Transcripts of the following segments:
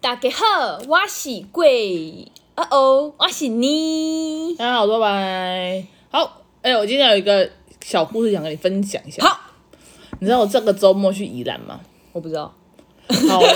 大家好，我是贵，哦哦，我是你。大家好，拜拜。好，哎、我今天有一个小故事想跟你分享一下。好，你知道我这个周末去宜兰 吗？我不知道， 好，我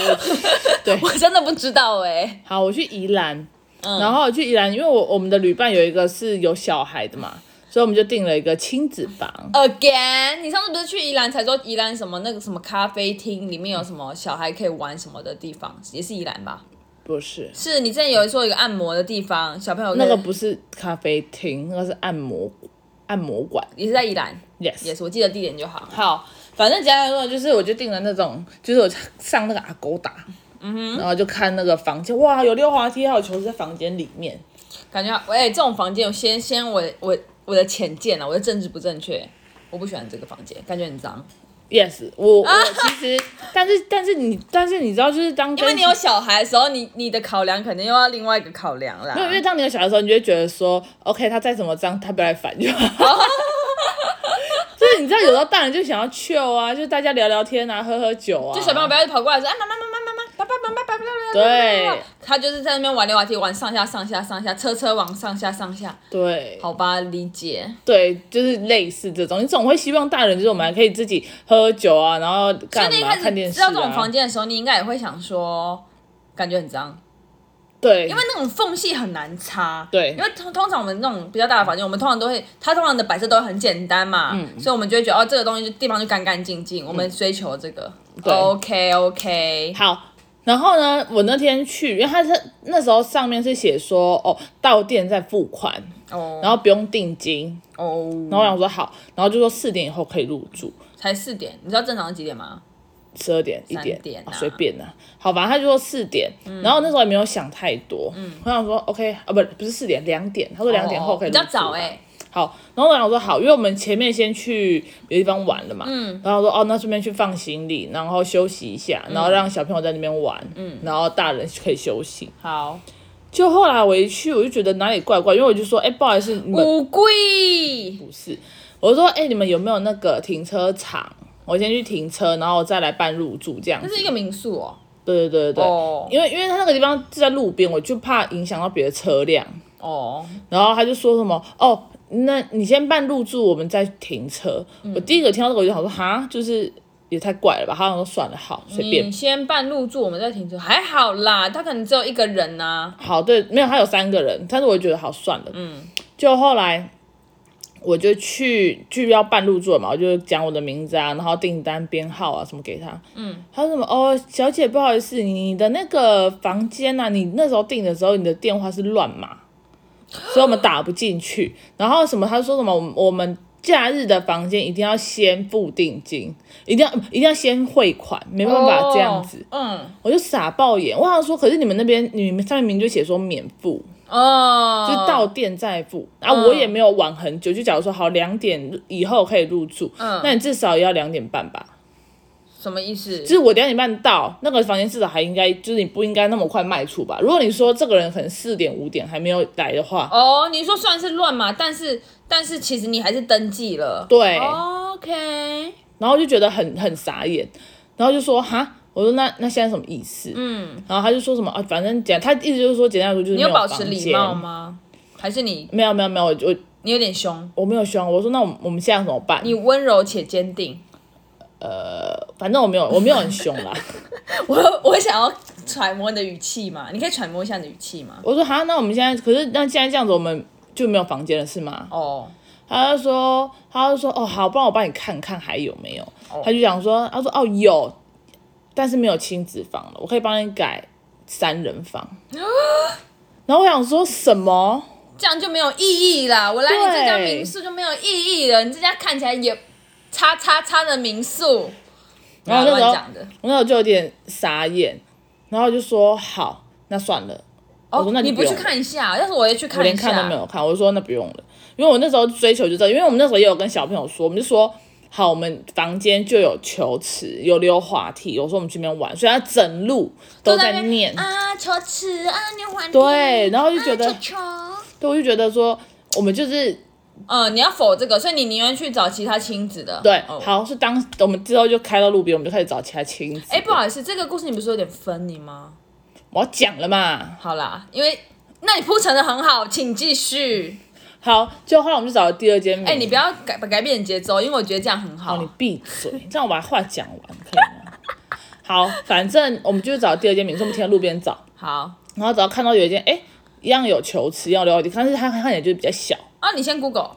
对，我真的不知道哎、好，我去宜兰，然后我去宜兰，因为我我们的旅伴有一个是有小孩的嘛，所以我们就订了一个亲子房。 Again，你上次不是去宜兰才说宜兰什么那个什么咖啡厅里面有什么小孩可以玩什么的地方，也是宜兰吧？不是，是你之前有说有一个按摩的地方，小朋友可以那个不是咖啡厅，那个是按摩按摩馆。也是在宜兰 Yes，也是我记得地点就好。好，反正简单来说就是，我就订了那种，就是我上那个阿勾达，嗯哼，然后就看那个房间，哇，有溜滑梯，还有球是在房间里面。感觉哎、这种房间有先先我我我的浅见啊，我的政治不正确，我不喜欢这个房间，感觉很脏。 Yes，我我其实，但是但是你但是你知道，就是当啊因为跟你有小孩的时候，你你的考量肯定又要另外一个考量啦。没有，因为当你有小孩的时候，你就会觉得说，OK，他再怎么脏，他不要来烦就哦好。 就是你知道，有时候大人就想要 chill 啊，就是大家聊聊天啊，喝喝酒啊。就小朋友不要一直跑过来说啊妈妈妈妈妈妈爸爸妈妈爸爸爸爸，对他就是在那边玩溜滑梯，玩上下上下上下，车车往上下上下，对好吧，理解。对，就是类似这种，你总会希望大人就是我们还可以自己喝酒啊，然后所干以你一嘛开看电始视知啊。道这种房间的时候，你应该也会想说，感觉很脏，对，因为那种缝隙很难擦。对因为通通常我们那种比较大的房间，我们通常都会，它通常的摆设都很简单嘛，所以我们就会觉得哦，这个东西就地方就干干净净，我们追求这个。对 OK OK，好，然后呢，我那天去，因为他是那时候上面是写说，哦，到店再付款，哦然后不用定金，然哦，后我想说好，然后就说四点以后可以入住，才四点，你知道正常是几点吗？十二点一点三点啊嗯随便呐、好吧，他就说四点，然后那时候也没有想太多，我想说 OK 啊，不不是四点，两点，他说两点后可以哦比入住、较早哎、好，然后我想说好，因为我们前面先去别的地方玩了嘛，嗯，然后说哦，那顺便去放行李，然后休息一下，然后嗯让小朋友在那边玩，嗯，然后大人可以休息。好，就后来我一去，我就觉得哪里怪怪，因为我就说，哎、不好意思，你们五贵不是，我就说，哎、你们有没有那个停车场？我先去停车，然后我再来办入住这样这子。是一个民宿哦。对对对对对，哦因为因为他那个地方是在路边，我就怕影响到别的车辆。哦，然后他就说什么哦，那你先办入住，我们再停车。我第一个听到这个我就想说，哈，就是也太怪了吧。他想说算了，好，随便你。先办入住，我们再停车，还好啦。他可能只有一个人呐、好，对，没有，他有三个人，但是我觉得好算了。嗯，就后来我就去去要办入住了嘛，我就讲我的名字啊，然后订单编号啊什么给他。嗯，他说什么哦，小姐不好意思，你的那个房间呐、啊，你那时候订的时候你的电话是乱码，所以我们打不进去。 然后什么，他说什么我们我们。假日的房间一定要先付定金，一定要一定要先汇款，没办法这样子。哦我就傻爆眼，我想说，可是你们那边你们上面明明就写说免付，嗯，哦，就到店再付，啊，我也没有晚很久，就假如说好两点以后可以入住，嗯那你至少也要两点半吧，什么意思？就是我两点半到那个房间，至少还应该就是你不应该那么快卖出吧？如果你说这个人可能四点五点还没有来的话，哦，你说虽然是乱嘛，但是但是其实你还是登记了。对，哦 OK，然后就觉得很很傻眼，然后就说哈。我说那那现在什么意思？嗯，然后他就说什么啊，反正简他意思就是说简单来说就你是没有保房持礼间貌？吗？还是你没有没有没有，我我你有点凶？我没有凶，啊我说那我们我们现在怎么办？你温柔且坚定。反正我没有我没有很凶啦。我 我想要揣摩你的语气嘛，你可以揣摩一下你的语气嘛。我说好，那我们现在可是那现在这样子，我们就没有房间了是吗？哦，他就说他就说哦好，不然我帮你看看还有没有。他就想说他说哦有，但是没有亲子房了，我可以帮你改三人房。然后我想说什么？这样就没有意义啦！我来你对这家民宿就没有意义了，你这家看起来也叉叉叉的民宿，然后那时乱候讲的。我那时候就有点傻眼，然后我就说好，那算了。我哦说那，就你不不用去看一下？要是我也去我看连一看都下没，有看，我就说那不用了，因为我那时候追求就这样，因为我们那时候也有跟小朋友说，我们就说好，我们房间就有球池，有溜滑梯，有时候我们去那边玩，所以他整路都在那在边念，啊，球池啊，牛环地对然后就觉得啊、球球对，我就觉得说我们就是嗯，你要否这个，所以你宁愿去找其他亲子的。对，哦。好是当我们之后就开到路边，我们就开始找其他亲子，哎，不好意思，这个故事你不是有点分你吗？我要讲了嘛。好啦，因为那你铺陈的很好，请继续。好，就后来我们就找了第二间。哎、你不要改改变你节奏，因为我觉得这样很好。哦，你闭嘴，这样我把话讲完可以吗？ 好，反正我们就找第二间民宿，我们停在路边找，好然后只要看到有一间，哎、一样有球池，一样有溜滑梯，但是它看起来就是比较小，啊，你先哦 Google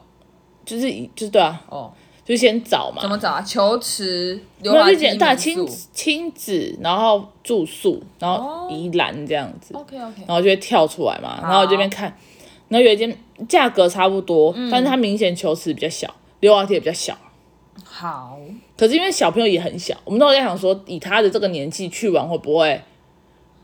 就是一就是对啊，哦，就是先找嘛怎，么找啊？球池、溜没有滑就梯、简大民亲宿。亲子，然后住宿，然哦后宜兰这样子， OK OK，然后就会跳出来嘛，然后我这边看，然后有一间价格差不多，嗯但是它明显球池比较小，溜滑梯也比较小。好，可是因为小朋友也很小，我们那时候在想说，以他的这个年纪去玩会不会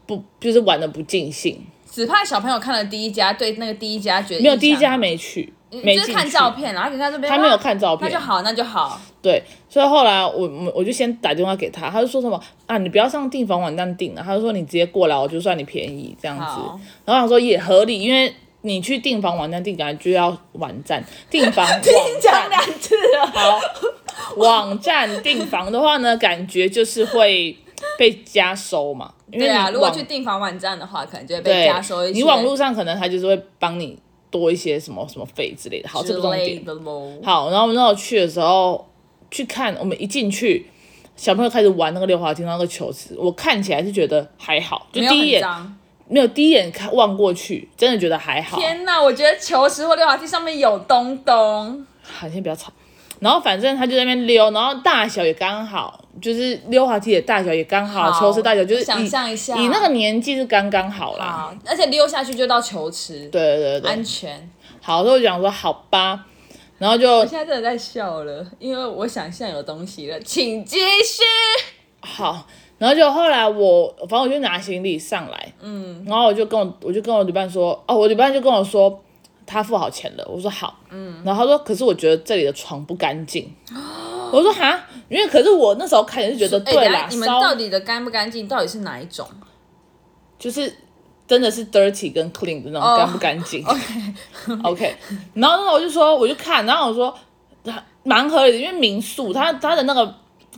不就是玩的不尽兴？只怕小朋友看了第一家，对那个第一家觉得没有印象第一家没去，没嗯就进是去看照，片啊啦，然后人家这边他没有看照那片就，好，那就好。对，所以后来我我我就先打电话给他，他就说什么啊，你不要上订房网站订了，他就说你直接过来，我就算你便宜这样子好。然后我想说也合理，因为你去订房网站订，感觉就要网站订 房网讲站两次了，好，网站订房的话呢，感觉就是会被加收嘛，因为对你啊，网如果去订房网站的话，可能就会被对加收一些你网络上可能他就是会帮你多一些什么什么费之类的。好，这之不重类点。的喽。好，然后我们那时候去的时候去看，我们一进去。小朋友开始玩那个溜滑梯，那个球池，我看起来是觉得还好，就没有第一很眼脏。没有第一眼看望过去，真的觉得还好。天哪，我觉得球池或溜滑梯上面有东东，好，先不要吵。然后反正他就在那边溜，然后大小也刚好，就是溜滑梯的大小也刚好，好球池大小就是以想象一下以那个年纪是刚刚好啦。好，啊而且溜下去就到球池，啊对对对安对，全。好，所以我想说好吧，然后就我现在真的在笑了，因为我想象有东西了，请继续。好，然后就后来我反正我就拿行李上来，嗯，然后我就跟我我就跟我旅伴说，哦，我旅伴就跟我说他付好钱了，我说好，嗯，然后他说可是我觉得这里的床不干净，我说哈，因为可是我那时候看也是觉得哦哎等呃对一下啦，你们稍到底的干不干净，到底是哪一种？就是真的是 dirty 跟 clean 的那种哦干不干净。OK OK，然后呢，我就说我就看，然后我说蛮合理的，因为民宿它它的那个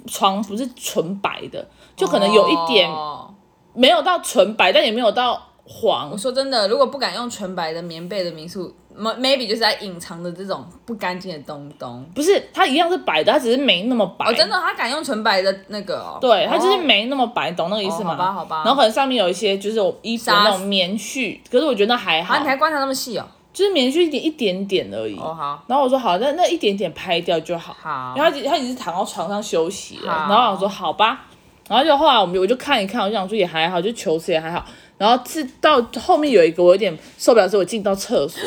床不是纯白的，就可能有一点哦没有到纯白，但也没有到黄我。说真的，如果不敢用纯白的棉被的民宿，ma-，maybe 就是在隐藏着这种不干净的东东。不是，它一样是白的，它只是没那么白。哦，真的，他敢用纯白的那个哦。对，它就哦是没那么白，懂那个意思吗？哦好吧好吧然后可能上面有一些就是我衣服的那纱种棉絮，可是我觉得那还好，啊，你还观察那么细哦。就是棉絮一点一点点而已。哦，好，哦然后我说好，那那一点点拍掉就好。好然后他已经他已经躺到床上休息了，好然后我说好吧，然后就后来我们就我就看一看，我就想说也还好，就球池也还好。然后是到后面有一个我有点受不了，是我进到厕所，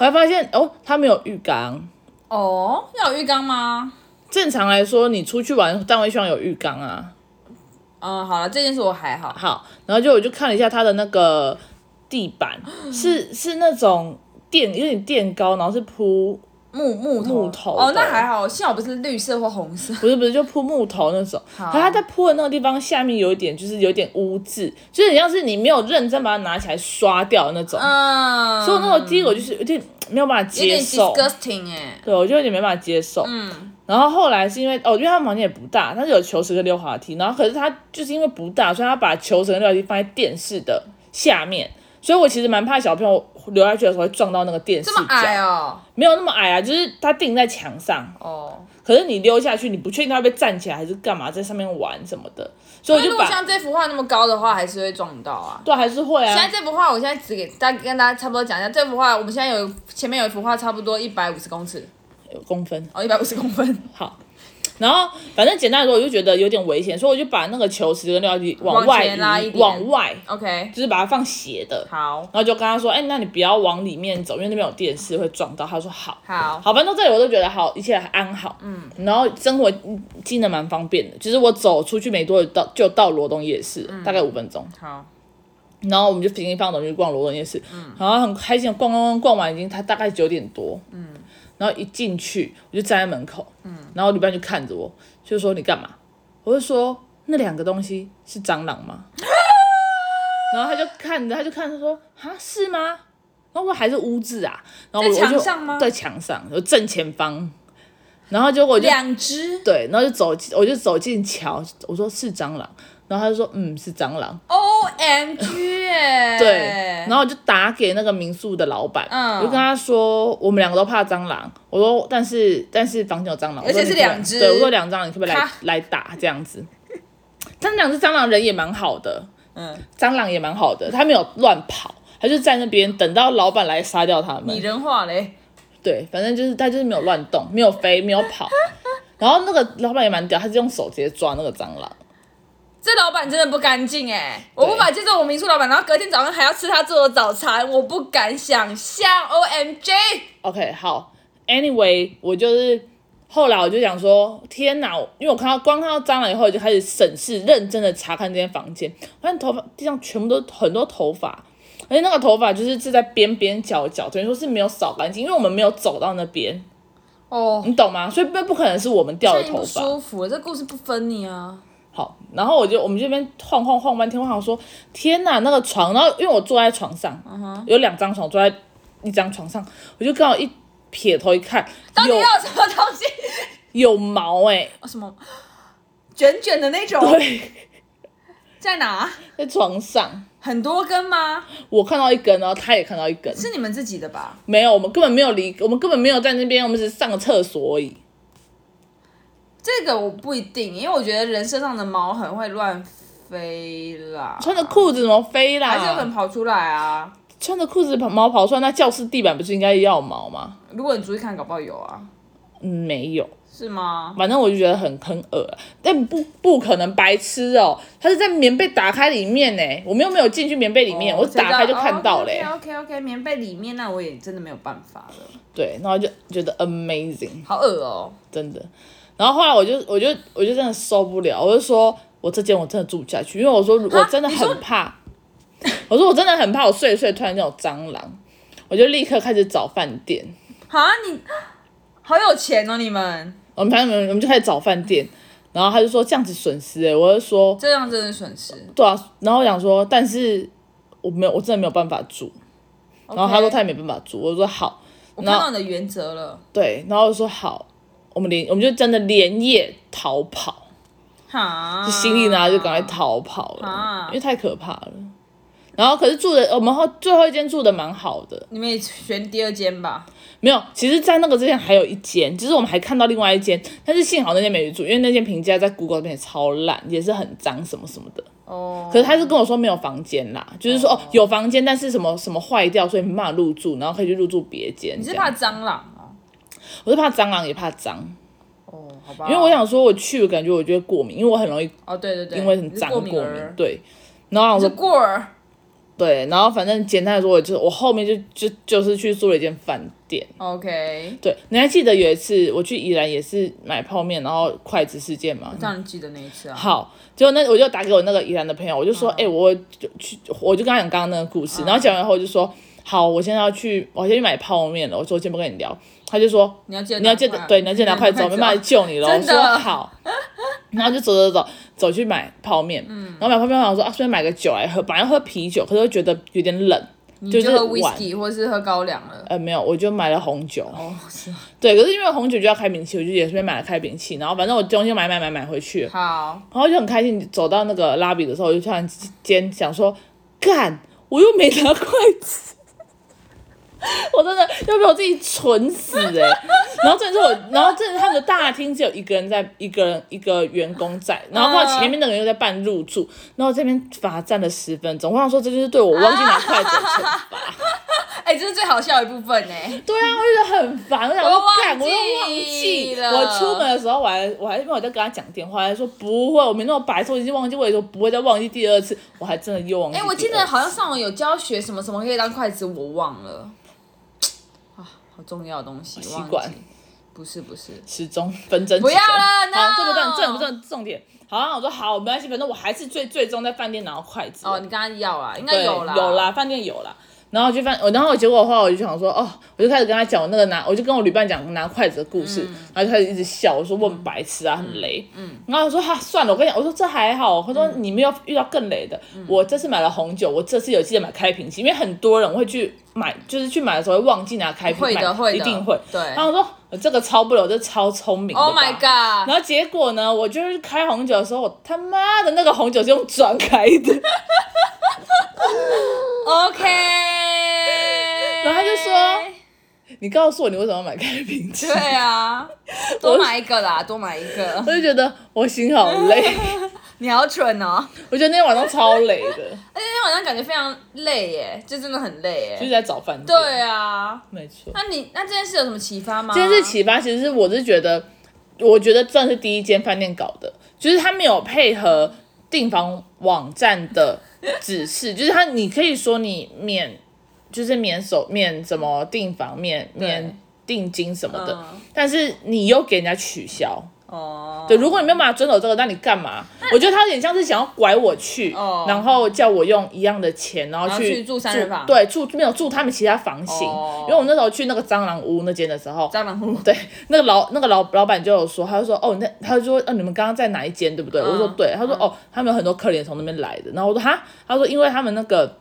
我还发现哦，它没有浴缸。哦，要有浴缸吗？正常来说，你出去玩，但会希望有浴缸啊。嗯，好了，这件事我还好。好，然后就我就看了一下它的那个地 板，是是那种垫有点垫高，然后是铺木木头木头哦，的那还好，幸好不是绿色或红 色。不是不是，就铺木头那种。可是它在铺的那个地方下面有一点，就是有点污渍，就是你要是你没有认真把它拿起来刷掉那种。嗯，所以我那时候第一个我就是有点没有办法有接点受， disgusting 哎。对我就有点没办法接受。嗯，然后后来是因为哦，因为他们房间也不大，但是有球池跟溜滑梯。然后可是他就是因为不大，所以他把球池跟溜滑梯放在电视的下面。所以我其实蛮怕小朋友流下去的时候会撞到那个电视这么矮角，哦。没有那么矮啊，就是它定在墙上。哦，可是你溜下去，你不确定它会被站起来还是干嘛，在上面玩什么的，所以我如就果把像这幅画那么高的话，还是会撞到啊。对还是会现在啊，这幅画，我现在只给大跟大家差不多讲一下。这幅画，我们现在有前面有一幅画，差不多一百五十公尺，有公分哦，一百五十公分，好。然后反正简单来说，我就觉得有点危险，所以我就把那个球池跟溜滑梯往往外前拉一移，点往外， OK，就是把它放斜的。好，然后就跟他说，哎、那你不要往里面走，因为那边有电视会撞到。他说好，好，好，反正到这里我都觉得好，一切还安好，嗯。然后生活进的蛮方便的，就是我走出去没多久到就到罗东夜市，大概五分钟。好，然后我们就平平放东去逛罗东夜市，嗯然后很开心地逛逛逛逛完，已经他大概九点多，嗯，然后一进去我就站在门口，嗯，然后我旅伴就看着我，就说你干嘛？我就说那两个东西是蟑螂吗？ 然后他就看着，他就看着说啊是吗？然后我还是污渍啊，然后我在墙我就上吗在墙上，我正前方，然后结果我就两只，对，然后就走进，我就走进桥，我说是蟑螂，然后他就说嗯是蟑螂， O M G 哎， 对，然后我就打给那个民宿的老板，嗯我就跟他说我们两个都怕蟑螂，我说但是但是房间有蟑螂，而且我是说你可不可以两只对，我说两只蟑螂你可不可以来咔来打这样子？但两只蟑螂人也蛮好的，嗯，蟑螂也蛮好的，它没有乱跑，它就在那边等到老板来杀掉它拟们。人化嘞，对，反正就是它就是没有乱动，没有飞，没有跑。然后那个老板也蛮屌，他是用手直接抓那个蟑螂。这老板真的不干净哎，我无法接受我民宿老板，然后隔天早上还要吃他做的早餐，我不敢想象，O M G， OK，好，Anyway，我就是后来我就想说，天哪！因为我看到光看到蟑螂以后，我就开始审视，认真的查看这间房间，发现头发地上全部都很多头发，而且那个头发就是是在边边角角，等于说是没有扫干净，因为我们没有走到那边，哦，你懂吗？所以那不可能是我们掉的不头发。舒服，这故事不分你啊，好，然后我就我们这边晃晃晃半天，我想说天哪，那个床，然后因为我坐在床上嗯有两张床，坐在一张床上，我就刚好一撇头一看，到底有要什么东西？有毛哎、哦什么卷卷的那种 对，在哪？在床上，很多根吗？我看到一根，然后他也看到一根，是你们自己的吧？没有，我们根本没有离，我们根本没有在那边，我们只是上个厕所而已。这个我不一定，因为我觉得人身上的毛很会乱飞啦，穿着啊裤子怎么飞还是有可啦？能跑出来啊。穿着裤子跑毛跑出来，那教室地板不是应该要毛吗？如果你注意看，搞不好有啊，嗯，没有，是吗？反正我就觉得很很恶，但不不可能白痴哦、他是在棉被打开里面呢、欸我们又没有进去棉被里面，哦我打开就看到欸嘞、 OK OK OK，棉被里面那我也真的没有办法了，对，然后就觉得 amazing。好恶哦、真的。然后后来我就我就我就真的受不了，我就说我这间我真的住不下去，因为我说我真的很怕，我说我真的很怕我睡一睡突然间有蟑螂，我就立刻开始找饭店，啊，你好有钱哦，你们我们反正我们我们就开始找饭店，然后他就说这样子损失哎、我就说这样真的损失。对啊，然后我想说但是我没有我真的没有办法住，然后他说他也没办法住，我说好，我然看后到你的原则了，对，然后我说好，我们连我们就真的连夜逃跑。哈，就行李拿着就赶快逃跑了，啊因为太可怕了。然后可是住的，我们后最后一间住的蛮好的，你们也选第二间吧。没有。其实，在那个之前还有一间，其实我们还看到另外一间，但是幸好那间没住，因为那间评价在 Google 那边也超烂，也是很脏什么什么的。哦，可是他是跟我说没有房间啦，就是说哦有房间，但是什么什么坏掉，所以没办法入住，然后可以去入住别间。你是这样怕蟑螂我是怕蟑螂，也怕脏，哦？哦，好吧。因为我想说我去，我感觉我就会过敏，因为我很容易哦，对对对，因为很你是脏过过敏敏儿。对，然后我想我说是过儿，对，然后反正简单来说，我就我后面就就就是去住了一间饭店。 OK，对，你还记得有一次我去宜兰也是买泡面，然后筷子事件吗？让你记得那一次啊。好，就那我就打给我那个宜兰的朋友，我就说，嗯哎、我就去，我就跟他讲刚刚那个故事，然后讲完后我就说，好，我现在要去，我先去买泡面了。我说我先不跟你聊，他就说你要记得拿筷，你要记得，对，你要记得拿筷子，我没办法啊救你了。我嗯真的说好，然后就走走走走去买泡面，嗯然后买泡面，我想说啊，顺便买个酒来喝，本来要喝啤酒，可是又觉得有点冷，你是就喝晚。 whisky 或是喝高粱了。呃，没有，我就买了红酒。哦，是啊对，可是因为红酒就要开瓶器，我就也顺便买了开瓶器。然后反正我中间买买买买回去，好，然后就很开心。走到那个拉比的时候，我就突然间想说，干，我又没拿筷子， 我真的要被我自己蠢死哎、然后这是我，然后这是他们的大厅只有一个人在，一个人一个员工在，然后嗯到前面那个人又在办入住，然后这边罚站了十分钟。我想说，这就是对我忘记拿筷子的惩罚。哎、这是最好笑的一部分欸呢。 对啊，我就觉得很烦，我想我说忘干，我又记忘记了我出门的时候，我还我还因为我在跟他讲电话，他说不会，我没那么白痴，我已经忘记，我也说不会再忘记第二次，我还真的又忘记哎、第二次。我记得好像上网有教学什么什么可以当筷子，我忘了。啊，好重要的东西，习忘记惯不是不是，时钟纷争，不要了了， ，no 好，这不重这不重重点。好，那我说好，没关系，反正我还是最最终在饭店拿到筷子。哦，你刚刚要啦，应该对，有啦，有啦，饭店有啦。然后就发，我然后结果的话，我就想说，哦，我就开始跟他讲我那个拿，我就跟我旅伴讲拿筷子的故事，嗯然后就开始一直笑，我说问白痴啊，很雷，嗯，然后他说哈、算了，我跟你讲，我说这还好，他嗯说你没有遇到更雷的，我这次买了红酒，我这次有记得买开瓶器，因为很多人会去买，就是去买的时候会忘记拿开瓶，会的买会的一定会，对然后我说我这个超不了，我这超聪明的吧 Oh my god！然后结果呢，我就是开红酒的时候，我他妈的那个红酒是用转开的， OK， 然后他就说你告诉我你为什么要买开瓶器？ 对 啊，多买一个啦，多买一个。我就觉得我心好 累，你好蠢哦！我觉得那天晚上超累的，而且那天晚上感觉非常累耶，就真的很累就是耶。在找饭店。，对啊，没错。那你那这件事有什么启发吗？这件事启发其实是我是觉得，我觉得算是第一间饭店搞的，就是他没有配合订房网站的指示，就是他你可以说你免，就是免手免什么订房免免定金什么的，嗯但是你又给人家取消。哦，对，如果你没有办法遵守这个，那你干嘛？我觉得他有点像是想要拐我去，哦然后叫我用一样的钱，然后然后去住三人房对，住没有住他们其他房型，哦因为我那时候去那个蟑螂屋那间的时候。蟑螂屋，对，那个老那个老老板就有说，他就说哦，那他就说，呃，你们刚刚在哪一间，嗯对不对？我说对，他说哦，他们有很多客人从那边来的，然后我说哈，他说因为他们那个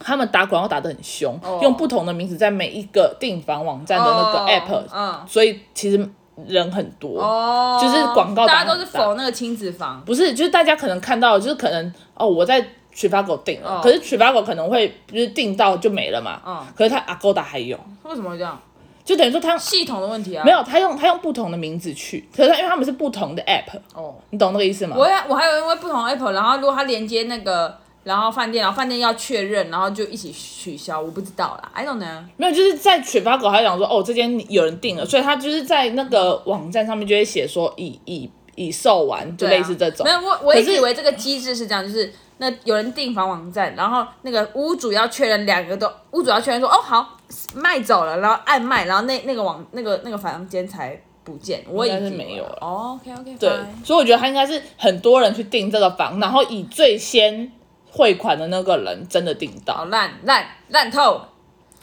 他们打广告打得很凶，哦用不同的名字在每一个订房网站的那个哦 app，、嗯，所以其实人很多，哦，就是广告打大很家都是大否那个亲子房，不是，就是大家可能看到，就是可能哦，我在取发狗订了，哦可是取发狗可能会就是订到就没了嘛。嗯可是他阿勾达还有，为什么会这样？就等于说他系统的问题啊，没有，他用他用不同的名字去，可是他因为他们是不同的 app，哦。你懂那个意思吗？我还我还有因为不同的 app，然后如果它连接那个，然后饭店，然后饭店要确认，然后就一起取消，我不知道啦，I don't know。没有，就是在取发狗，他讲说哦，这间有人订了，所以他就是在那个网站上面就会写说已已已售完，就对啊类似这种没。有，我我可一是直以为这个机制是这样，就是那有人订房网站，然后那个屋主要确认两个都，屋主要确认说哦好卖走了，然后按卖，然后那那个网那个那个房间才不见。我应该也是没有了哦，OK OK，对，所以我觉得他应该是很多人去订这个房，然后以最先汇款的那个人真的订到好。烂烂烂透。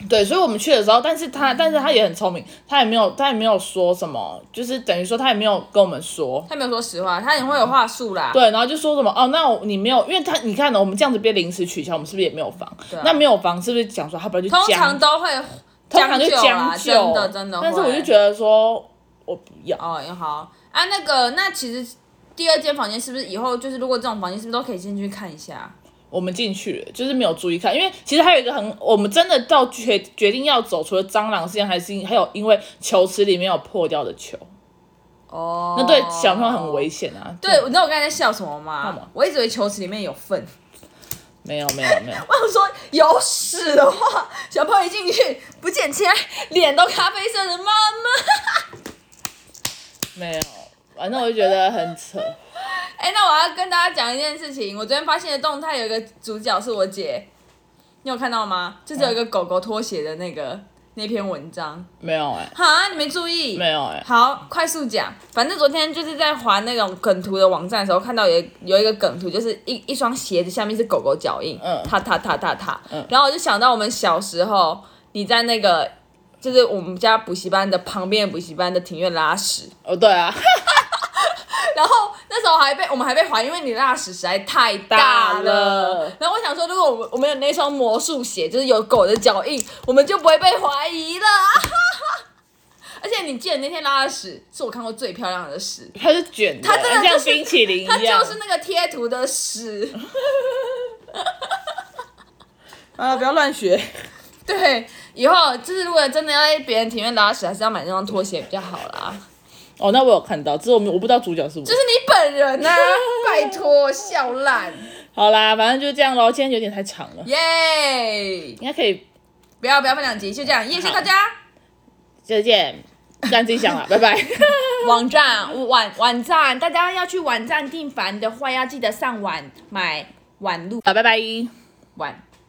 对，所以我们去的时候，但是他，但是他也很聪明，他也没有，他也没有说什么，就是等于说他也没有跟我们说，他没有说实话，他也会有话术啦。对，然后就说什么哦，那我你没有，因为他你看呢，哦我们这样子被临时取消，我们是不是也没有房？啊那没有房是不是讲说他不然就通常将，都会通常就啦，将就，真的真的会。但是我就觉得说，我不要，哦，也好啊，那个那其实第二间房间是不是以后就是如果这种房间是不是都可以进去看一下？我们进去了，就是没有注意看，因为其实还有一个很，我们真的到决决定要走，除了蟑螂事件，还是因还有因为球池里面有破掉的球，哦，那对小朋友很危险啊。对，你知道我刚才在笑什么干嘛吗？我一直以为球池里面有粪。 没有没有没有。我想说有屎的话，小朋友一进去不捡起来，脸都咖啡色的，妈妈。没有，反正我就觉得很扯。哎、那我要跟大家讲一件事情，我昨天发现的动态有一个主角是我姐，你有看到吗？就是有一个狗狗拖鞋的那个那篇文章，没有哎、哈，你没注意？没有哎、好，快速讲。反正昨天就是在滑那种梗图的网站的时候，看到有一有一个梗图，就是一一双鞋子下面是狗狗脚印，嗯踏踏踏踏踏。然后我就想到我们小时候，你在那个就是我们家补习班的旁边的补习班的庭院拉屎，哦，对啊， 然后那时候还被我们还被怀疑，因为你拉屎实在太大大了。了然后我想说，如果我们我们有那双魔术鞋，就是有狗的脚印，我们就不会被怀疑了。 而且你记得那天拉的屎是我看过最漂亮的屎，它是卷的，欸它真的像就是冰淇淋一它样。就是那个贴图的屎。啊，不要乱学。对，以后就是如果真的要在别人庭院拉屎，还是要买那双拖鞋比较好啦。哦，那我有看到，只是我没我不知道主角是我。就是你本人呐、啊 拜托，笑烂，好啦，反正就这样咯，今天有点太长了，耶、应该可以，不要不要分两集，就这样，谢谢大家。再见，让自己想啦，拜 拜。网站网网站，大家要去网站订房的话，要记得上网买网路好，拜拜。网。